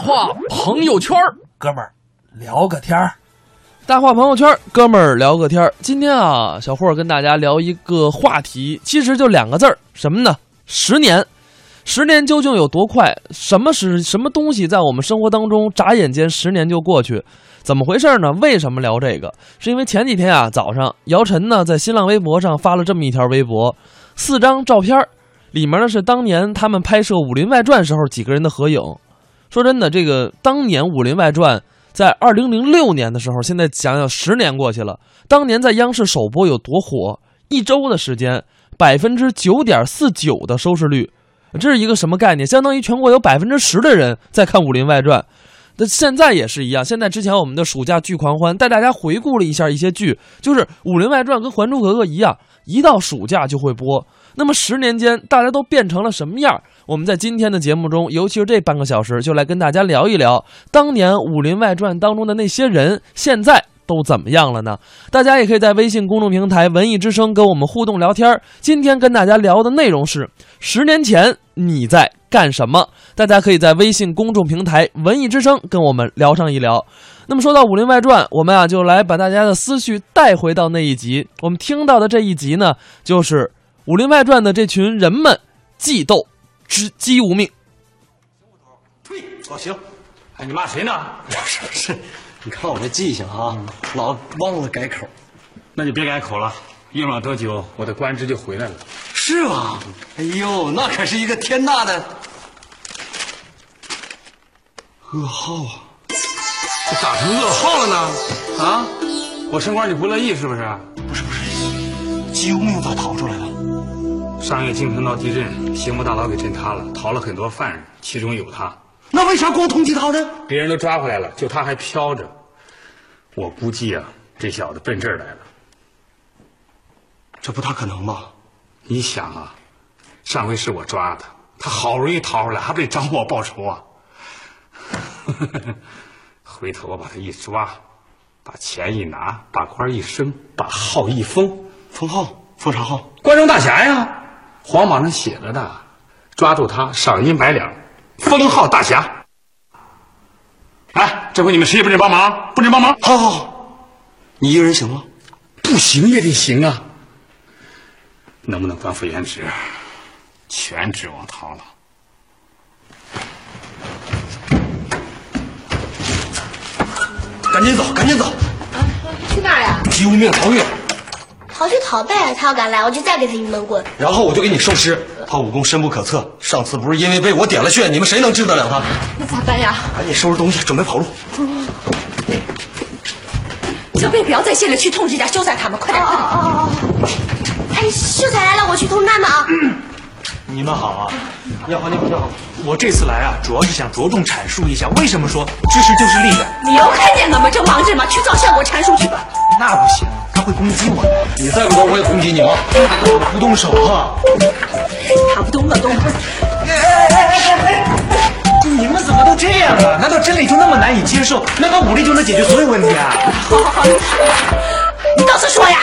话朋友圈儿哥们儿聊个天儿，大话朋友圈儿，哥们儿聊个天儿。今天啊，小霍跟大家聊一个话题，其实就两个字儿，什么呢？十年。十年究竟有多快？什么是什么东西在我们生活当中眨眼间十年就过去？怎么回事呢？为什么聊这个？是因为前几天啊，早上姚晨呢在新浪微博上发了这么一条微博，四张照片儿，里面呢是当年他们拍摄《武林外传》时候几个人的合影。说真的，这个当年《武林外传》在二零零六年的时候，现在想想十年过去了，当年在央视首播有多火，一周的时间，百分之九点四九的收视率，这是一个什么概念？相当于全国有百分之十的人在看《武林外传》。那现在也是一样，现在之前我们的暑假剧狂欢带大家回顾了一下一些剧，就是《武林外传》跟《还珠格格》一样，一到暑假就会播。那么十年间，大家都变成了什么样？我们在今天的节目中，尤其是这半个小时，就来跟大家聊一聊当年《武林外传》当中的那些人，现在。都怎么样了呢？大家也可以在微信公众平台“文艺之声”跟我们互动聊天儿。今天跟大家聊的内容是十年前你在干什么？大家可以在微信公众平台“文艺之声”跟我们聊上一聊。那么说到《武林外传》，我们啊就来把大家的思绪带回到那一集。我们听到的这一集呢，就是《武林外传》的这群人们激斗、之激无命。呸！哦，行。哎，你骂谁呢？嗯是是，你看我这记性啊，老忘了改口。那就别改口了，用不了多久，我的官职就回来了。嗯是吗？哎呦，那可是一个天大的噩耗啊！这咋成噩耗了呢？啊？我升官你不乐意是不啊是？不是不是，姬无命咋逃出来了？上月京城闹地震，刑部大牢给震塌了，逃了很多犯人，其中有他。那为啥光通缉他呢？别人都抓回来了，就他还飘着。我估计啊，这小子奔这儿来了。这不大可能吧？你想啊，上回是我抓的，他好容易逃出来，还不得找我报仇啊？ 回头我把他一抓，把钱一拿，把官一升，把号一封，封号封啥号？关中大侠呀，皇榜上写着的，抓住他赏银百两，封号大侠。哎，这回你们谁也不准帮忙，不准帮忙，好好好，你一个人行吗？不行也得行啊。能不能官复原职？全指望他了。赶紧走，赶紧走！去哪儿呀、姬无命逃狱，逃去逃呗，他要敢来，我就再给他一闷棍。然后我就给你收尸。他武功深不可测，上次不是因为被我点了穴，你们谁能治得了他？那咋办呀？赶紧收拾东西，准备跑路。小贝，不要再谢了，去通知一下修缮他们，快点！哦快点哎，秀才来了，我去通知他们啊。嗯你们好啊！你好，你好，你好！我这次来啊，主要是想着重阐述一下为什么说知识就是力量。你有看见我们正忙着吗？去找效果阐述去吧。那不行，他会攻击我的。你再不走，我也攻击你吗？不动手啊！他不动，我动。你们怎么都这样啊？难道真理就那么难以接受？难道武力就能解决所有问题啊？好好好，你倒是说呀！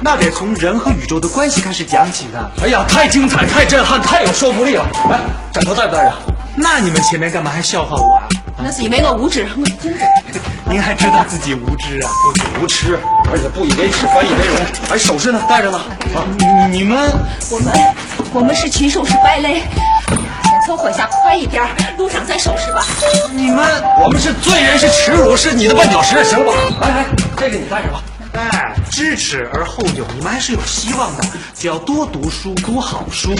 那得从人和宇宙的关系开始讲起的。哎呀，太精彩，太震撼，太有说服力了！哎，枕头带不带着？那你们前面干嘛还笑话我啊？那是因为我无知，我真的。您还知道自己无知啊？不仅无耻，而且不以为耻，反以为荣。哎，首饰呢？带着呢。啊，你你们我们我们是禽兽，是败类。先凑合一下，快一点，路上再收拾吧。你们，我们是罪人，是耻辱，是你的绊脚石，行吧？来来，这个你带着吧。哎，知耻而后勇，你们还是有希望的。只要多读书，读好书。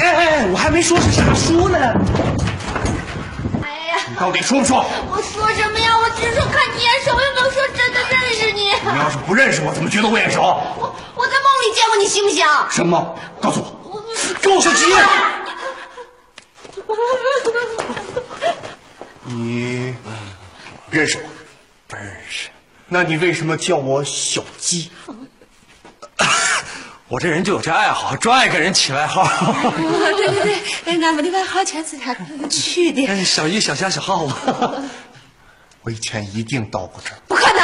哎哎哎，我还没说是啥书呢。哎呀，你到底说不说？我说什么呀？我只是说看你眼熟，又没有说真的认识你。你要是不认识我，怎么觉得我眼熟？我我在梦里见过你，行不行？什么？告诉我，我跟我说职业。你认识我？不认识。那你为什么叫我小鸡？ 我这人就有这爱好，专爱给人起外 号。对对对，哎，俺们的外号全是他取的。哎，小鱼、小虾、小耗子。我以前一定到过这儿，不可能，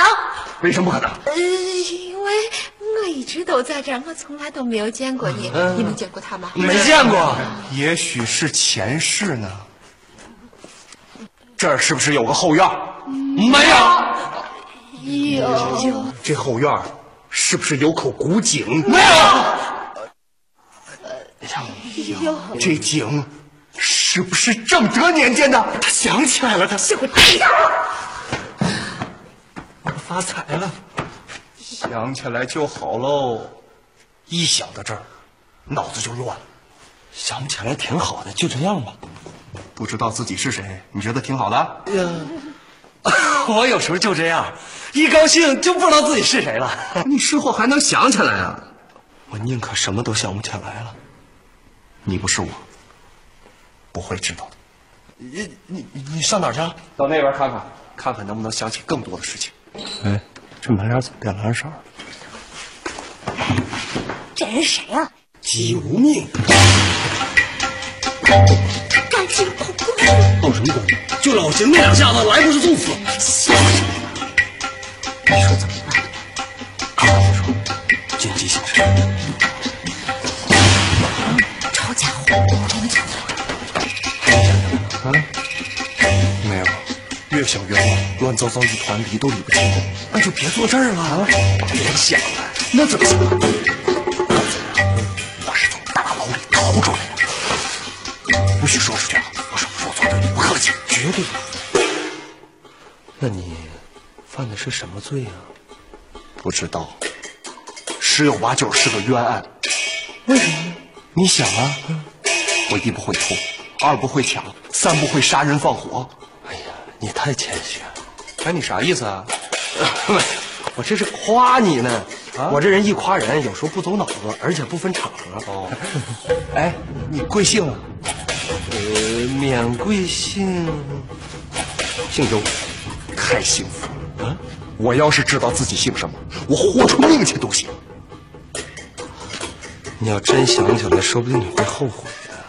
为什么不可能？呃，因为我一直都在这儿，我从来都没有见过你。你们见过他吗？没见过，也许是前世呢。这儿是不是有个后院儿？没有，有这后院儿是不是有口古井？哎没有，有，这井是不是正德年间的？他想起来了，他给我闭上！发财了。想起来就好喽。一想到这儿，脑子就乱了。想不起来挺好的，就这样吧。不知道自己是谁，你觉得挺好的？呃 我有时候就这样，一高兴就不知道自己是谁了。你事后还能想起来啊？我宁可什么都想不起来了。你不是我，不会知道的。你你你上哪儿去？啊到那边看看，看看能不能想起更多的事情。哎，这门帘怎么变蓝色了？这人谁啊？己无命，感情好怪。动什么功？就老秦那两下子，来不是送死。你说怎么办？见机行事。抄家伙，真的没有，越想越乱，乱糟糟一团，理都理不清。那就别坐这儿了，啊！别想了，那怎么行？我是从大牢里逃出来的，不许说出去啊！我说我做对了，不客气，绝对。那你犯的是什么罪啊？不知道，十有八九是个冤案。为什么？你想啊，我一不会偷，二不会抢，三不会杀人放火。哎呀，你太谦虚了。哎，你啥意思啊？ 我这是夸你呢。我这人一夸人，有时候不走脑子，而且不分场合。哦， 哎，你贵姓啊？呃，免贵姓，姓周。太幸福了啊！我要是知道自己姓什么，我豁出命去都行。你要真想起来，说不定你会后悔啊的。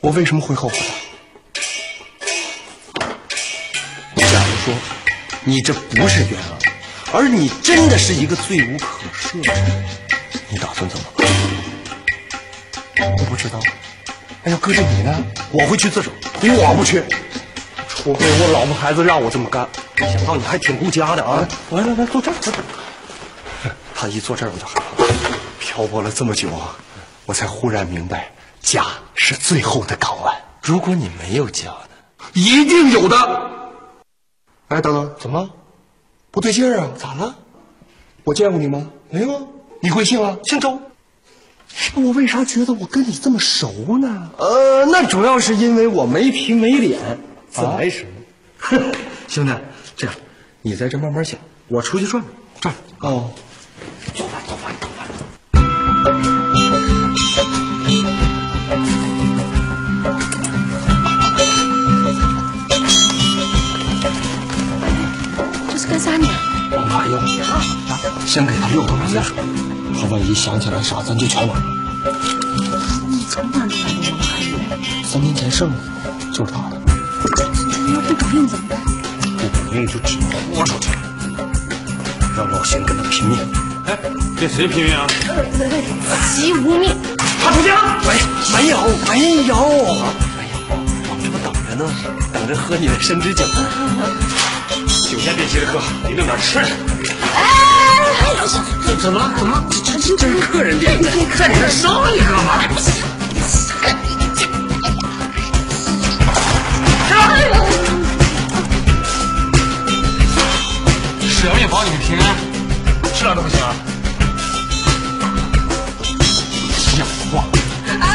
我为什么会后悔？假如说，你这不是冤案，而你真的是一个罪无可赦之人，你打算怎么办？我不知道。哎呀，搁着你呢，我会去自首，我不去，除非我老婆孩子让我这么干。没想到你还挺顾家的啊！来来来，坐这儿，坐这儿。他一坐这儿我就害怕。漂泊了这么久啊，我才忽然明白，家是最后的港湾，如果你没有家呢？一定有的。哎，等等，怎么？不对劲儿啊！咋了？我见过你吗？没有啊，你贵姓啊？姓周。我为啥觉得我跟你这么熟呢？呃，那主要是因为我没皮没脸，自来熟。啊 兄弟，这样，你在这慢慢想，我出去转转。转哦，这是干啥呢？往哪要？啊，先给他六头再说。他万一想起来啥，咱就全完了。你从哪儿来的？我看你，三年前剩的，就是他的。你要不主意怎么办？不用就只能豁出去了，让老邢跟他拼命。哎，这谁拼命啊？籍无命，他出家。没没有没有，哎呀，我们这不等着呢，等着喝你的参枝酒呢。酒先别急着喝，你弄点吃的。怎么了？怎么了？这这这是客人店，站这烧一个吧。使命保你们平安，吃点东西啊。像话！啊！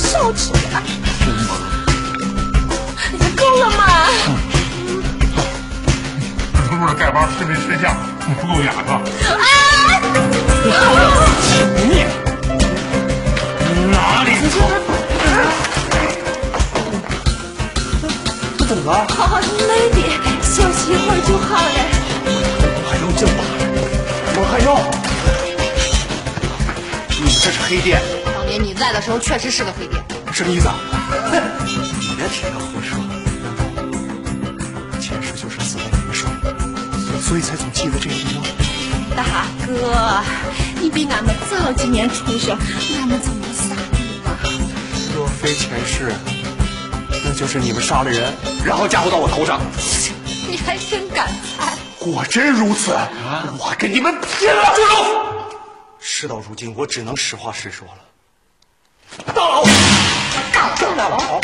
少吃点儿。你够了吗？不是盖包吃没吃相，不够雅啊吧？你哪里臭？这怎么了？好好累的，休息一会儿就好了。还要这把？我还要。你这是黑店，当年你在的时候确实是个黑店。什么意思啊？你别听他胡说，前世就是死在你们手里。所以才总记得这个地方。大哥，你比俺们早几年出生，俺们怎么傻？若非前世，那就是你们杀了人，然后嫁祸到我头上。你还真敢猜？果真如此，我跟你们拼了！住手！事到如今，我只能实话实说了。大佬，大佬，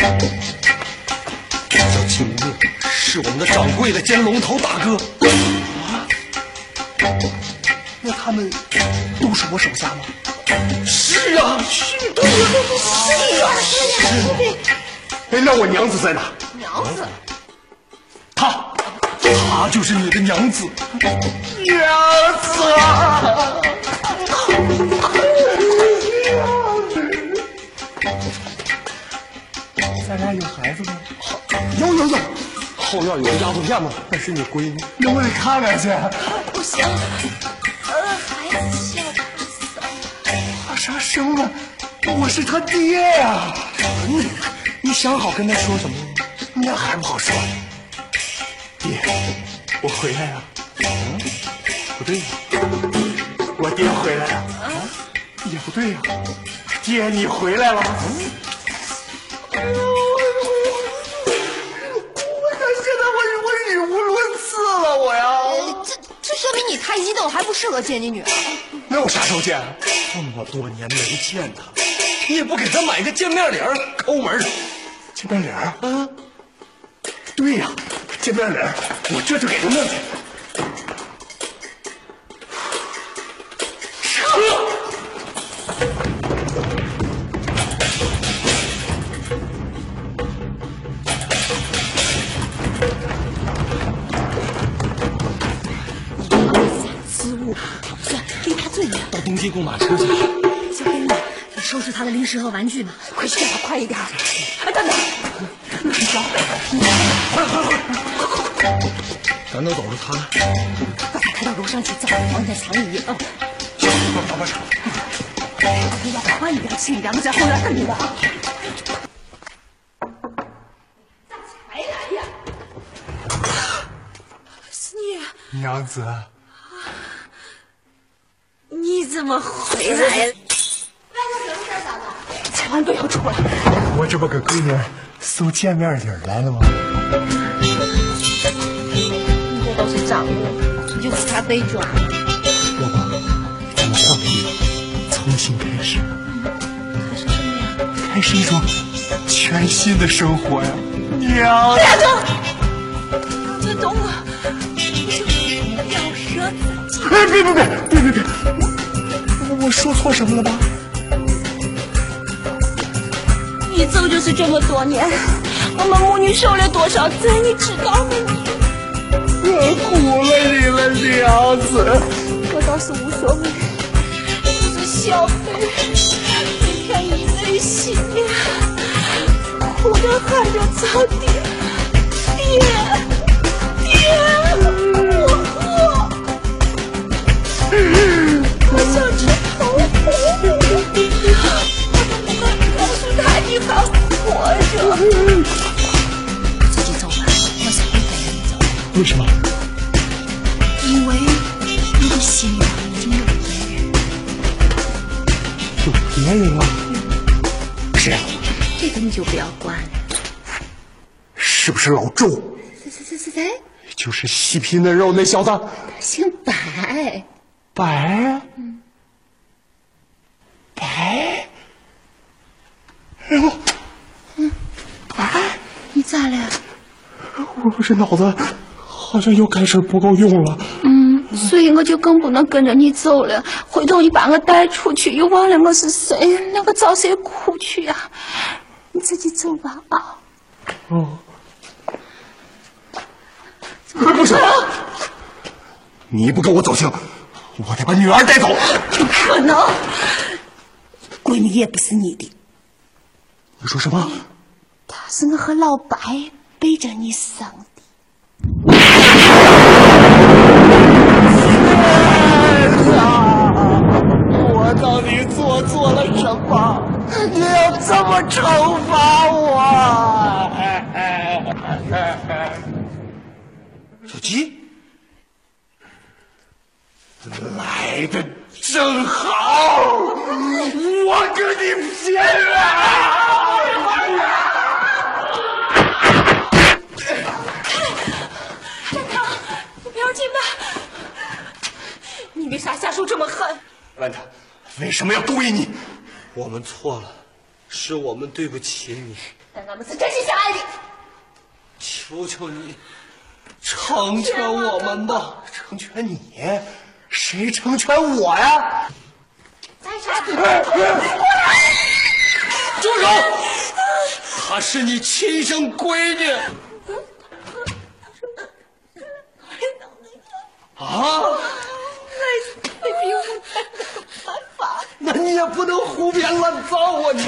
这叫秦月，是我们的掌柜的兼龙头大哥。啊？那他们都是我手下吗？是啊，是啊，是啊，哎，那我娘子在哪？娘子，她，她就是你的娘子，娘子啊！咱俩有孩子吗？有有有，后院有个丫头片子，那是你闺女，能不能看看去？不行，呃，孩子笑得太死了。大杀生了，我是他爹呀、你你想好跟他说什么了吗？那还不好说。爹，我回来了。嗯，不对呀、我爹回来了。啊，也不对呀、爹你回来了。嗯我看现在我我语无伦次了，我呀。呃这这说明你太激动，还不适合见你女儿。那我啥时候见？这么多年没见他，你也不给他买个见面礼儿，抠门儿。见面礼儿？嗯，对呀、见面礼儿，我这就给他弄去。私物好算，离他最远。到东街购买车去。小兵啊，你收拾他的零食和玩具吧，快去吧，快一点！哎，等等，咱都走了，他呢？把他抬到楼上去，再往里面藏一掖啊！爸爸上。你要快一点去，然后在后院等着啊！大才来呀！思念，娘子，你怎么回来了？千万不要出来！我这不给闺女送见面礼儿来了吗？你这都是掌握，你就给他背着。要不，咱们换个地方，重新开始。开始什么呀？开始一种全新的生活呀！娘哎子。你懂我，不是咬舌子。哎，别别别别别别！我我说错什么了吧？宇宙就是这么多年，我们母女受了多少罪，你知道吗？我苦了你了，娘子。我倒是无所谓，就是小贝，每天一堆洗脸，哭着喊着叫爹，爹，爹，我饿， 我想吃头骨，我都不敢告诉他你还活着。自己走吧，我才不陪你走。为什么？因为你的新娘已经有别人，有别人了？谁啊？这个你就不要管了。是不是老周？谁谁谁谁谁？就是细皮嫩肉那小子。姓白，白，啊白，哎呦，你咋了呀？我这脑子好像又开始不够用了。嗯所以我就更不能跟着你走了。回头你把我带出去，又忘了我是谁，那我找谁哭去呀、你自己走吧啊！哦不行，啊你不跟我走亲，我得把女儿带走。不 可能，闺女也不是你的，你说什么？他是我和老白背着你生的。我到底做错了什么？你要这 么惩罚我？小鸡，来的正好，我跟你拼了！站堂，你不要进吧？啊你为啥下手这么狠？兰特，为什么要勾引你？我们错了，是我们对不起你。但俺们是真心相爱的。求求你，成全我们吧！成全你？谁成全我呀？咱啥？住手！她是你亲生闺女。啊！没有办法。那你也不能胡编乱造啊你！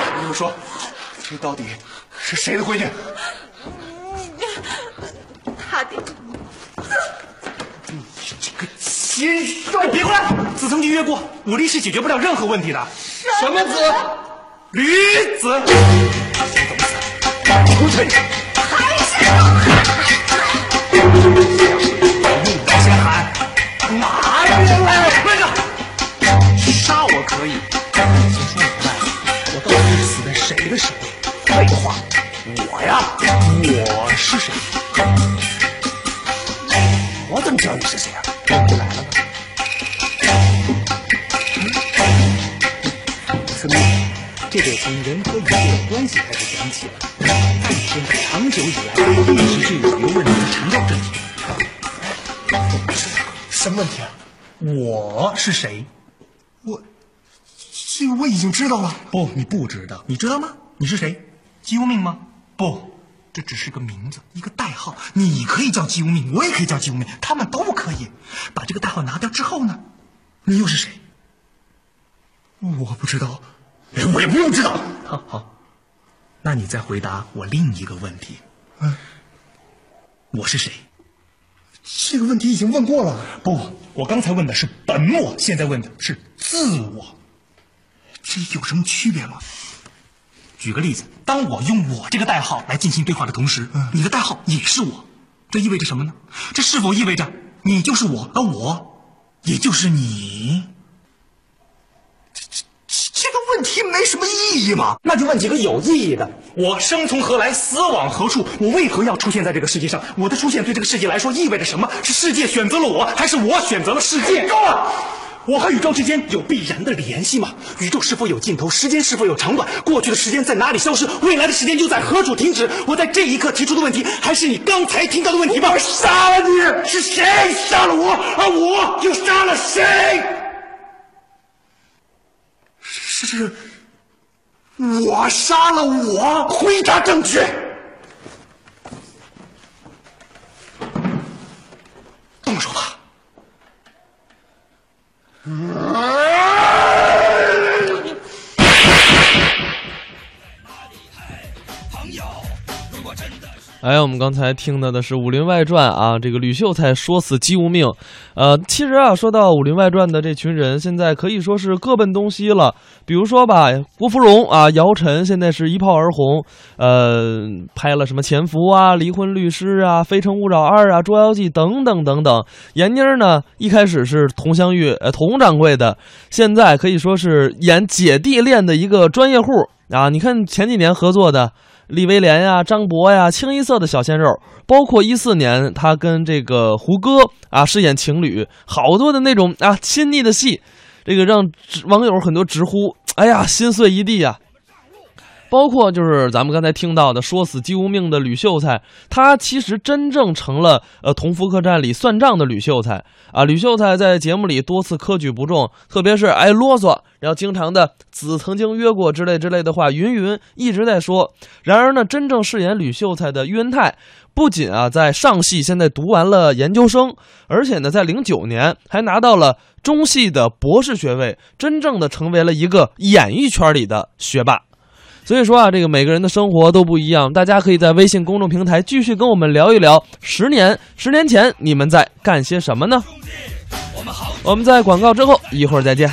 我跟你说，这到底是谁的闺女？他的这个禽兽！哎别过来！子曾经约过，武力是解决不了任何问题的。什么子？驴子，哎出去！还是哎大声喊，拿下来！慢着！杀我可以，我到底死在谁的手里？废话，我呀，我是谁？我怎么知道你是谁啊？你来了吗？嗯此妹，这得从人和鱼的关系开始讲起了。大禹天长久以来一直是有刘问的缠绕问题。什么问题啊？我是谁？我这个我已经知道了。不，你不知道，你知道吗？你是谁？姬无命吗？不，这只是个名字，一个代号。你可以叫姬无命，我也可以叫姬无命，他们都可以。把这个代号拿掉之后呢，你又是谁？我不知道，我也不用知道。好好，那你再回答我另一个问题。嗯，我是谁？这个问题已经问过了。不，我刚才问的是本我，现在问的是自我。这有什么区别吗？举个例子，当我用我这个代号来进行对话的同时，你的代号也是我，这意味着什么呢？这是否意味着你就是我，而我也就是你？这个问题没什么意义嘛。那就问几个有意义的：我生从何来，死往何处？我为何要出现在这个世界上？我的出现对这个世界来说意味着什么？是世界选择了我，还是我选择了世界？够了！我和宇宙之间有必然的联系吗？宇宙是否有尽头？时间是否有长短？过去的时间在哪里消失？未来的时间又在何处停止？我在这一刻提出的问题，还是你刚才听到的问题吗？我杀了你！是谁杀了我？而我又杀了谁？是我杀了我，回答正确。动手吧！哎，我们刚才听到的是《武林外传》啊，这个吕秀才说死姬无命。呃，其实啊，说到《武林外传》的这群人，现在可以说是各奔东西了。比如说吧，郭芙蓉啊，姚晨现在是一炮而红，呃，拍了什么《潜伏》啊，《离婚律师》啊，《非诚勿扰二》啊，《捉妖记》等等等等。闫妮儿呢，一开始是佟湘玉呃佟掌柜的，现在可以说是演姐弟恋的一个专业户啊。你看前几年合作的。利威廉呀、张博呀、清一色的小鲜肉，包括一四年他跟这个胡歌啊饰演情侣，好多的那种啊亲昵的戏，这个让直网友很多直呼，哎呀，心碎一地呀、包括就是咱们刚才听到的说死姬无命的吕秀才，他其实真正成了呃同福客栈里算账的吕秀才啊。吕秀才在节目里多次科举不中，特别是哎啰嗦，然后经常的子曾经约过之类之类的话，云云一直在说。然而呢，真正饰演吕秀才的于恩泰，不仅啊在上戏现在读完了研究生，而且呢在零九年还拿到了中戏的博士学位，真正的成为了一个演艺圈里的学霸。所以说啊，这个每个人的生活都不一样，大家可以在微信公众平台继续跟我们聊一聊，十年十年前你们在干些什么呢？我们在广告之后一会儿再见。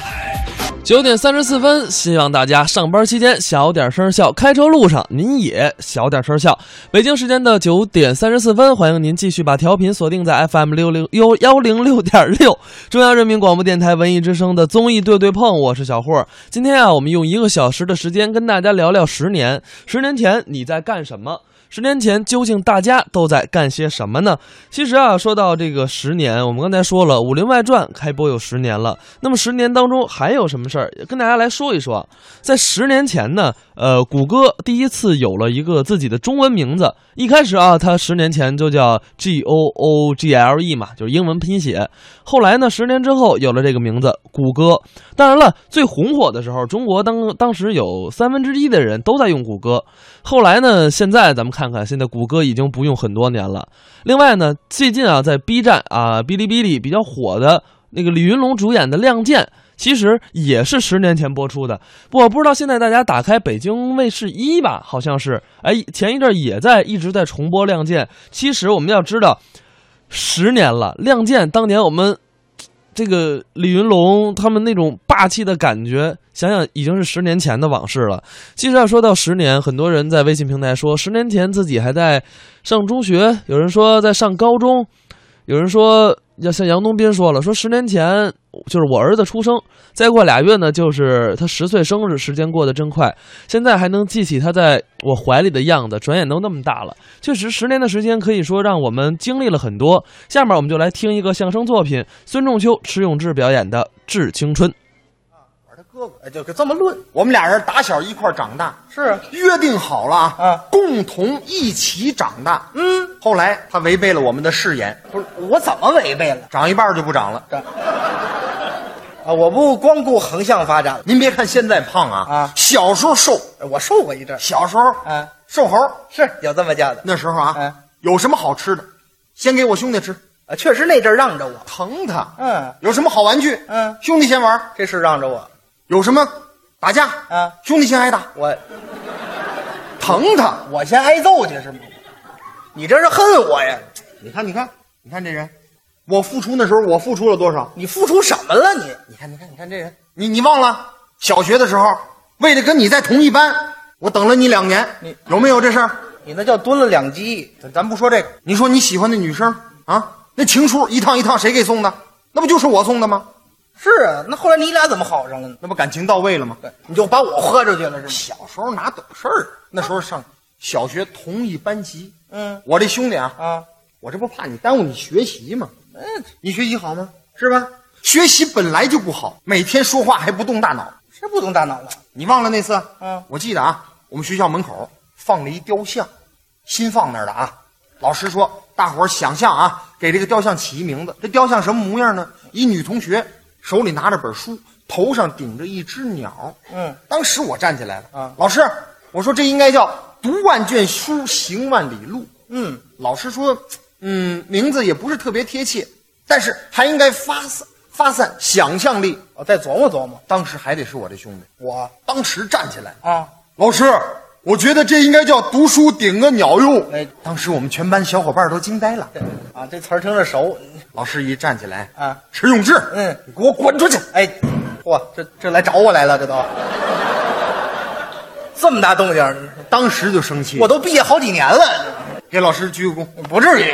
九点三十四分，希望大家上班期间小点声笑，开车路上您也小点声笑。北京时间的九点三十四分，欢迎您继续把调频锁定在 FM 六零幺幺零六点六，中央人民广播电台文艺之声的综艺对对碰，我是小霍。今天啊，我们用一个小时的时间跟大家聊聊十年，十年前你在干什么？十年前究竟大家都在干些什么呢？其实啊，说到这个十年，我们刚才说了《武林外传》开播有十年了，那么十年当中还有什么事儿？跟大家来说一说。啊在十年前呢，呃，谷歌第一次有了一个自己的中文名字。一开始啊，它十年前就叫 G O O G L E 嘛，就是英文拼写。后来呢，十年之后有了这个名字谷歌。当然了，最红火的时候，中国当当时有三分之一的人都在用谷歌。后来呢，现在咱们看看，现在谷歌已经不用很多年了。另外呢，最近啊，在 B 站啊、哔哩哔哩比较火的那个李云龙主演的《亮剑》，其实也是十年前播出的。不我不知道现在大家打开北京卫视一吧，好像是，哎，前一阵儿也在一直在重播《亮剑》。其实我们要知道，十年了，《亮剑》当年我们。这个李云龙他们那种霸气的感觉，想想已经是十年前的往事了。其实要说到十年，很多人在微信平台说，十年前自己还在上中学，有人说在上高中，有人说要像杨东斌说了，说十年前就是我儿子出生，再过俩月呢就是他十岁生日，时间过得真快。现在还能记起他在我怀里的样子，转眼都那么大了。确实，十年的时间可以说让我们经历了很多。下面我们就来听一个相声作品，孙仲秋、迟永志表演的《致青春》。我他哥哥，哎，就这么论。我们俩人打小一块儿长大，是啊约定好了啊，共同一起长大。嗯，后来他违背了我们的誓言，不是我怎么违背了长一半就不长了。啊？我不光顾横向发展了，您别看现在胖啊，啊哎小时候瘦，我瘦过一阵儿，小时候啊，瘦猴，是有这么叫的那时候啊，嗯有什么好吃的，先给我兄弟吃，啊，确实那阵儿让着我，疼他。嗯，有什么好玩具，嗯兄弟先玩。这是让着我，有什么打架，啊兄弟先挨打，我疼他。我先挨揍去是吗？你这是恨我呀？你看，你看，你看这人，我付出那时候我付出了多少？你付出什么了你？你看，你看，你看这人，你你忘了小学的时候，为了跟你在同一班，我等了你两年，你有没有这事儿？你那叫蹲了两鸡，咱咱不说这个，你说你喜欢的女生啊，那情书一趟一趟谁给送的？那不就是我送的吗？是啊，那后来你俩怎么好上了呢？那不感情到位了吗？对你就把我豁出去了是小时候哪懂事儿啊？那时候上小学同一班级，嗯我这兄弟啊吗？，啊，我这不怕你耽误你学习吗？嗯，你学习好吗？是吧？学习本来就不好，每天说话还不动大脑。是不懂大脑了。你忘了那次？嗯我记得啊，我们学校门口放了一雕像，新放那儿的啊。老师说，大伙儿想象啊，给这个雕像起一名字。这雕像什么模样呢？一女同学手里拿着本书，头上顶着一只鸟。嗯，当时我站起来了。啊老师，我说这应该叫“读万卷书，行万里路”。嗯，老师说，嗯，名字也不是特别贴切，但是还应该发散发散想象力。我哦再琢磨琢磨。当时还得是我这兄弟，我当时站起来，啊，老师，我觉得这应该叫读书顶个鸟用。哎当时我们全班小伙伴都惊呆了。这啊这词儿听着熟。老师一站起来，啊，迟永志，嗯你给我滚出去！哎，嚯，这这来找我来了，这都这么大动静儿，当时就生气，我都毕业好几年了，给老师鞠个躬。不至于，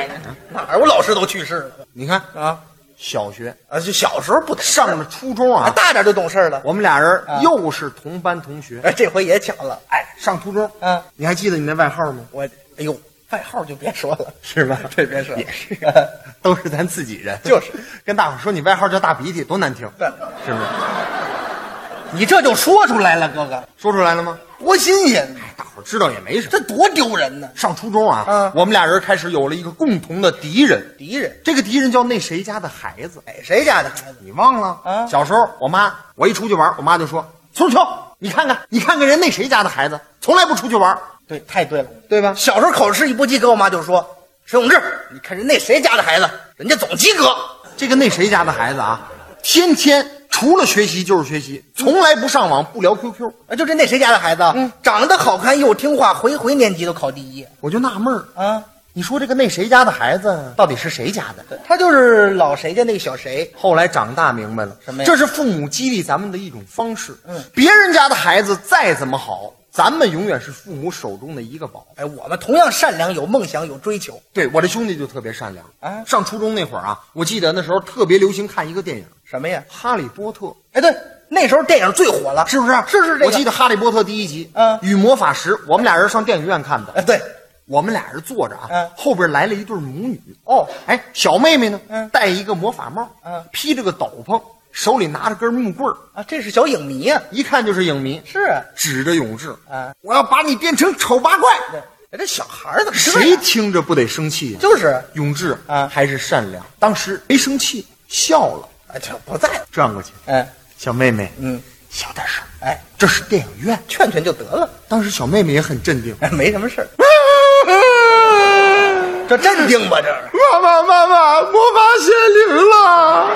哪儿我老师都去世了你看，啊小学啊！就小时候不懂事上了初中啊，啊，大点就懂事儿了。我们俩人啊又是同班同学。哎，这回也巧了，哎，上初中，嗯，你还记得你那外号吗？我哎呦，外号就别说了，是吧？这别说了也是， 都是咱自己人，就是跟大伙儿说你外号叫大鼻涕，多难听，对是不是？你这就说出来了，哥哥，说出来了吗？多新鲜呢，大伙儿知道也没什么。这多丢人呢！上初中啊，嗯我们俩人开始有了一个共同的敌人，敌人，这个敌人叫那谁家的孩子，哎，谁家的孩子？你忘了？啊小时候我妈，我一出去玩，我妈就说：“孙秋，你看看，你看看人那谁家的孩子，从来不出去玩，对，太对了。对吧？”小时候考试一不及格，我妈就说：“陈永志，你看人那谁家的孩子，人家总及格。这个那谁家的孩子啊，天天除了学习就是学习，从来不上网，不聊 QQ。啊，就这嗯那谁家的孩子，长得好看又听话，回回年级都考第一。我就纳闷儿，啊，你说这个那谁家的孩子到底是谁家的？他就是老谁家那个小谁，后来长大明白了，什么呀这是父母激励咱们的一种方式。嗯，别人家的孩子再怎么好，咱们永远是父母手中的一个宝。哎，我们同样善良，有梦想，有追求。对哎我这兄弟就特别善良。啊上初中那会儿啊，我记得那时候特别流行看一个电影《什么呀？哈利波特》，哎，对，那时候电影最火了，是不是？啊是是这个我记得《哈利波特》第一集，嗯与魔法石，我们俩人上电影院看的。哎，对，我们俩人坐着啊，嗯后边来了一对母女。哦，哎，小妹妹呢，嗯戴一个魔法帽，嗯披着个斗篷，手里拿着根木棍儿，啊，这是小影迷呀、一看就是影迷，是啊，指着永志，嗯我要把你变成丑八怪。对，哎这小孩儿怎么这谁样？听着不得生气呀、啊就是，永志嗯还是善良，当时没生气，笑了，哎，这不在，转过去，哎，小妹妹，嗯，小点声，哎，这是电影院。劝劝就得了，当时小妹妹也很镇定，哎，没什么事儿。这镇定吧，这是妈妈妈妈，魔法显灵了，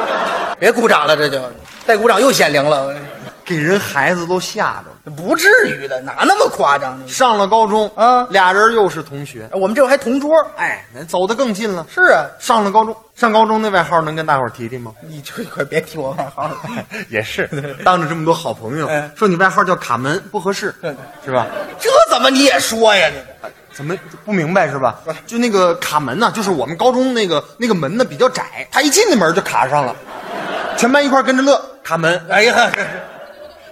别鼓掌了，这就再鼓掌又显灵了，给人孩子都吓着了。不至于的，哪那么夸张呢？上了高中，啊俩人又是同学，我们这会儿还同桌，哎，那走得更近了。是啊，上了高中，上高中那外号能跟大伙儿提提吗？你就快别提我外号了， 也是， 当着这么多好朋友哎，说你外号叫卡门不合适对对，是吧？这怎么你也说呀？你怎么不明白是吧？就那个卡门呢、就是我们高中那个那个门呢比较窄，他一进那门就卡上了，全班一块儿跟着乐卡门哎呀，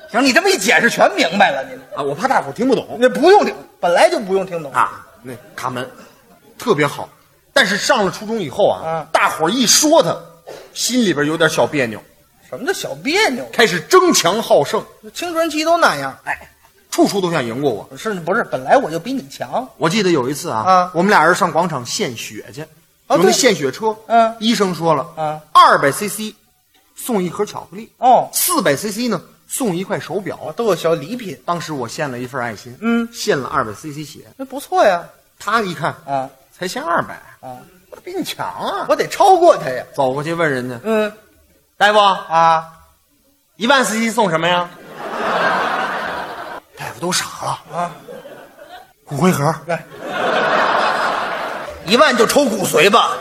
行，你这么一解释全明白了，你啊！我怕大伙儿听不懂那不用听，本来就不用听懂。啊，那卡门特别好，但是上了初中以后啊，啊大伙儿一说他，心里边有点小别扭，什么叫小别扭？开始争强好胜，青春期都那样。哎，处处都想赢过我。不是不是，本来我就比你强。我记得有一次啊，啊我们俩人上广场献血去，哦有那对献血车，嗯医生说了，嗯，二百 CC 送一盒巧克力，哦四百 CC 呢送一块手我表。都有小礼品，当时我献了一份爱心，嗯献了二百 CC 血，那不错呀。他一看啊，才献二百啊，我比你强啊！我得超过他呀。走过去问人家嗯大夫，啊一万 CC 送什么 呀？大夫都傻了，啊，骨灰盒。一万就抽骨髓吧，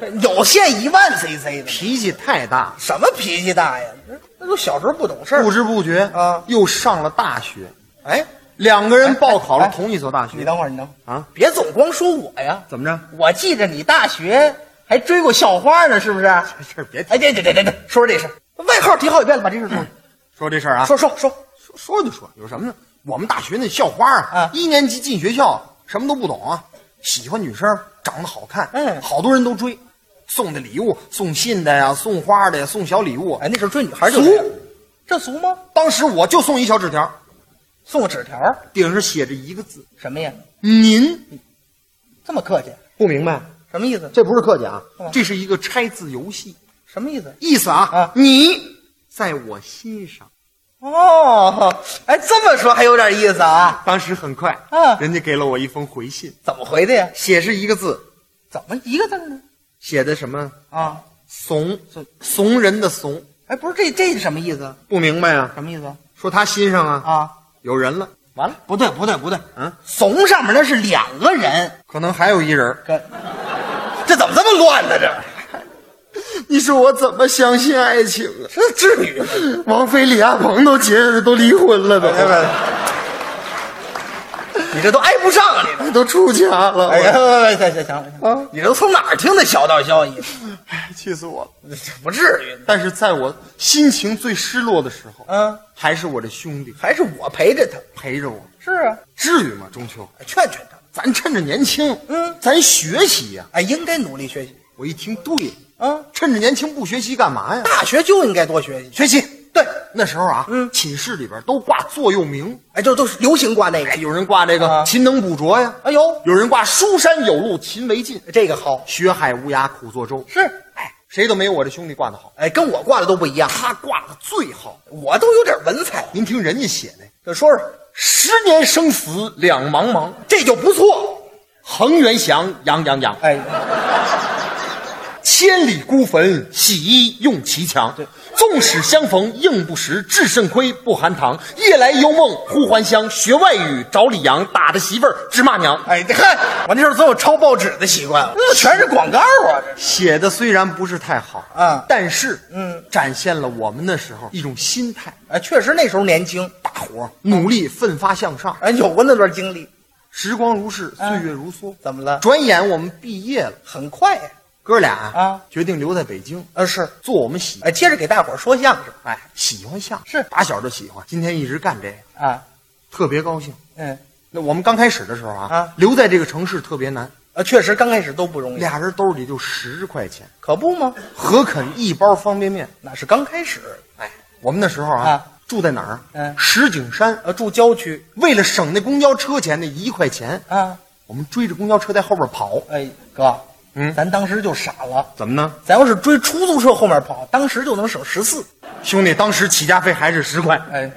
这玩意儿有限一万 CC 的，脾气太大，什么脾气大呀？那都小时候不懂事儿不。知不觉啊又上了大学。哎，两个人报考了哎哎同一所大 学。你等会儿，你等会儿啊，别总光说我呀。怎么着？我记着你大学还追过校花呢，是不是？这事儿别提哎，对对对对对，说说这事儿，外号提好几遍了，把这事儿说说这事儿啊，说说说。说说就说，有什么呢？我们大学那校花啊啊，一年级进学校什么都不懂啊，喜欢女生，长得好看，嗯好多人都追，送的礼物，送信的呀，送花的呀，送小礼物。哎，那时候追女孩就俗这样这俗吗？当时我就送一小纸条，送个纸条，顶上写着一个字什么呀？ “您这么客气，”，不明白？什么意思？这不是客气啊嗯，这是一个拆字游戏，什么意思？意思啊啊，你在我心上。哦，哎，这么说还有点意思啊？当时很快啊人家给了我一封回信，怎么回的呀？写是一个字，怎么一个字儿呢？写的什么啊，怂怂怂人的怂，哎，不是这这是什么意思？不明白啊？什么意思说他心上啊啊？有人了，完了，啊不对不对不对，嗯，怂上面那是两个人，可能还有一人。这这怎么这么乱呢？这你说我怎么相信爱情啊？这至于吗？ 王菲、李亚鹏都结都离婚了，哎都你这都挨不上啊！你这，都出家 了，哎呀，行行行行啊了，你这都从哪儿听的小道消息？哎气死我了！这不至于。但是在我心情最失落的时候，嗯，还是我的兄弟还是我陪着他。陪着我，是啊，至于吗？中秋，劝劝他。咱趁着年轻，嗯咱学习呀、哎，应该努力学习我一听，对，啊！趁着年轻不学习干嘛呀？大学就应该多学习。学习。对，那时候啊，嗯寝室里边都挂座右铭，哎，就都是流行挂那个哎，。有人挂这个“啊勤能补拙”呀，哎呦，有人挂“书山有路勤为径，这个好学海无涯苦作舟”，是哎谁都没有我这兄弟挂的好，哎，跟我挂的都不一样。他挂的最好。我都有点文采，您听人家写的就说说， “十年生死两茫茫，这就不错。恒源祥养养养，哎，千里孤坟洗衣用其强对，纵使相逢应不识，至肾亏不含糖。夜来幽梦忽还乡，学外语找李阳，打着媳妇儿直骂娘。呃哎，你看我那时候总有抄报纸的习惯，那全是广告啊，这写的虽然不是太好啊但是嗯，展现了我们那时候一种心态，哎，确实那时候年轻，大伙儿努力奋发向上。哎，有过那段经历，时光如逝，啊岁月如梭，怎么了？转眼我们毕业了，很快呀，哥俩啊决定留在北京呃是，做我们喜哎，接着给大伙儿说相声，哎喜欢相是声，打小就喜欢，今天一直干这个，啊，特别高兴。嗯，那我们刚开始的时候啊，啊留在这个城市特别难，呃，确实刚开始都不容易，俩人兜里就十块钱，可不吗？何肯一包方便面？那是刚开始，哎，我们那时候啊，啊住在哪儿？嗯石景山。呃，住郊区为了省那公交车钱那一块钱，啊，我们追着公交车在后边跑。哎，哥，嗯咱当时就傻了，怎么呢？咱要是追出租车后面跑，当时就能省十四，兄弟，当时起价费还是十块。哎，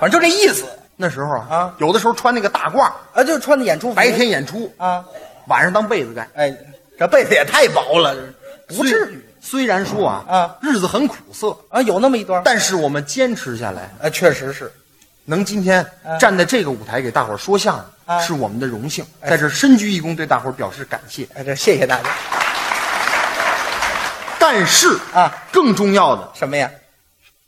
反正就这意思，那时候啊，啊有的时候穿那个大褂，啊，就穿的演出服白天演出，啊，晚上当被子盖，哎，这被子也太薄了，这不至于于。虽然说啊，啊日子很苦涩，啊，有那么一段，但是我们坚持下来，呃，确实是，能今天啊站在这个舞台给大伙儿说相声，啊是我们的荣幸。哎在这儿深鞠一躬，对大伙儿表示感谢。哎，这谢谢大家。但是啊，更重要的，嗯什么呀？嗯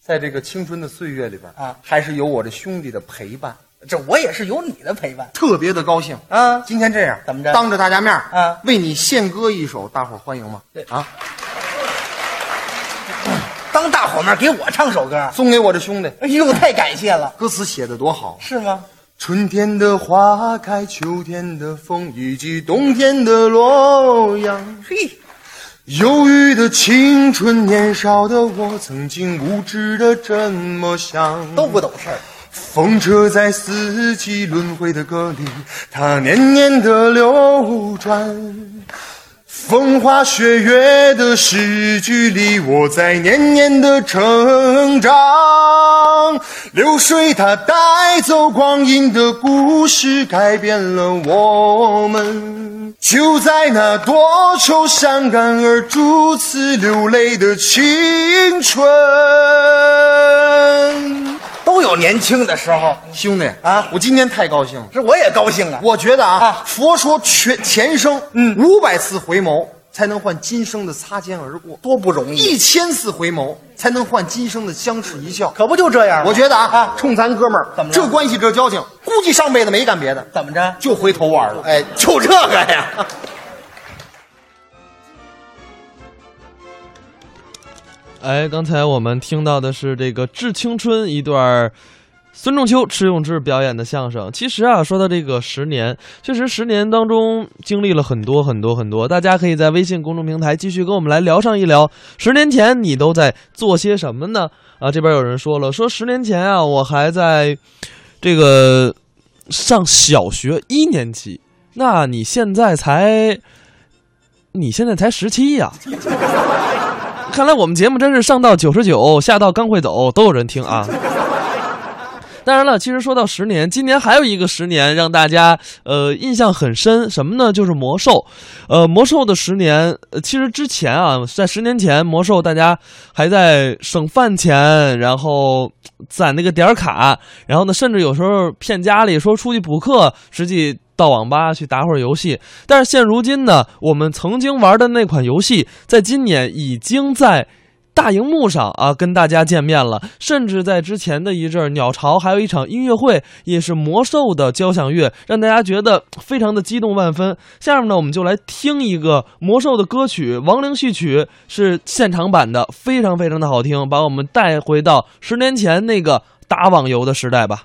在这个青春的岁月里边啊还是有我这兄弟的陪伴，这我也是有你的陪伴特别的高兴。啊。今天这样，怎么着当着嗯大家面儿啊为你献歌一首，大伙儿欢迎吗对？啊，当大伙儿们给我唱首歌，送给我这兄弟，哎呦，太感谢了，歌词写的多好。是吗？春天的花开，秋天的风，以及冬天的洛阳。嘿，忧郁的青春，年少的我，曾经无知的这么想。都不懂事儿，风车在四季轮回的歌里，它年年的流转。风花雪月的诗句里，我在年年的成长。流水它带走光阴的故事，改变了我们。就在那多愁善感而逐次流泪的青春。都有年轻的时候，兄弟啊我今天太高兴了。这我也高兴啊。我觉得啊，啊佛说全前生，嗯，五百次回眸才能换今生的擦肩而过，多不容易，一千次回眸才能换今生的相视一笑。可不就这样吗？我觉得啊啊，冲咱哥们儿怎么了这关系这交情，估计上辈子没干别的，怎么着？就回头玩了。哎，就这个呀，哎，刚才我们听到的是这个《致青春》一段儿孙仲秋、迟永志表演的相声。其实啊，说到这个十年，确实十年当中经历了很多很多很多。大家可以在微信公众平台继续跟我们来聊上一聊，十年前你都在做些什么呢？啊，这边有人说了，说十年前啊，我还在这个上小学一年级，那你现在才，你现在才十七呀。看来我们节目真是上到九十九，下到刚会走，都有人听啊。当然了，其实说到十年，今年还有一个十年让大家呃印象很深，什么呢？就是魔兽，呃，魔兽的十年，呃其实之前啊，在十年前，魔兽大家还在省饭钱，然后攒那个点儿卡，然后呢，甚至有时候骗家里说出去补课，实际到网吧去打会儿游戏。但是现如今呢，我们曾经玩的那款游戏，在今年已经在。大荧幕上啊，跟大家见面了，甚至在之前的一阵儿，鸟巢还有一场音乐会，也是魔兽的交响乐，让大家觉得非常的激动万分。下面呢，我们就来听一个魔兽的歌曲《亡灵序曲》，是现场版的，非常非常的好听，把我们带回到十年前那个打网游的时代吧。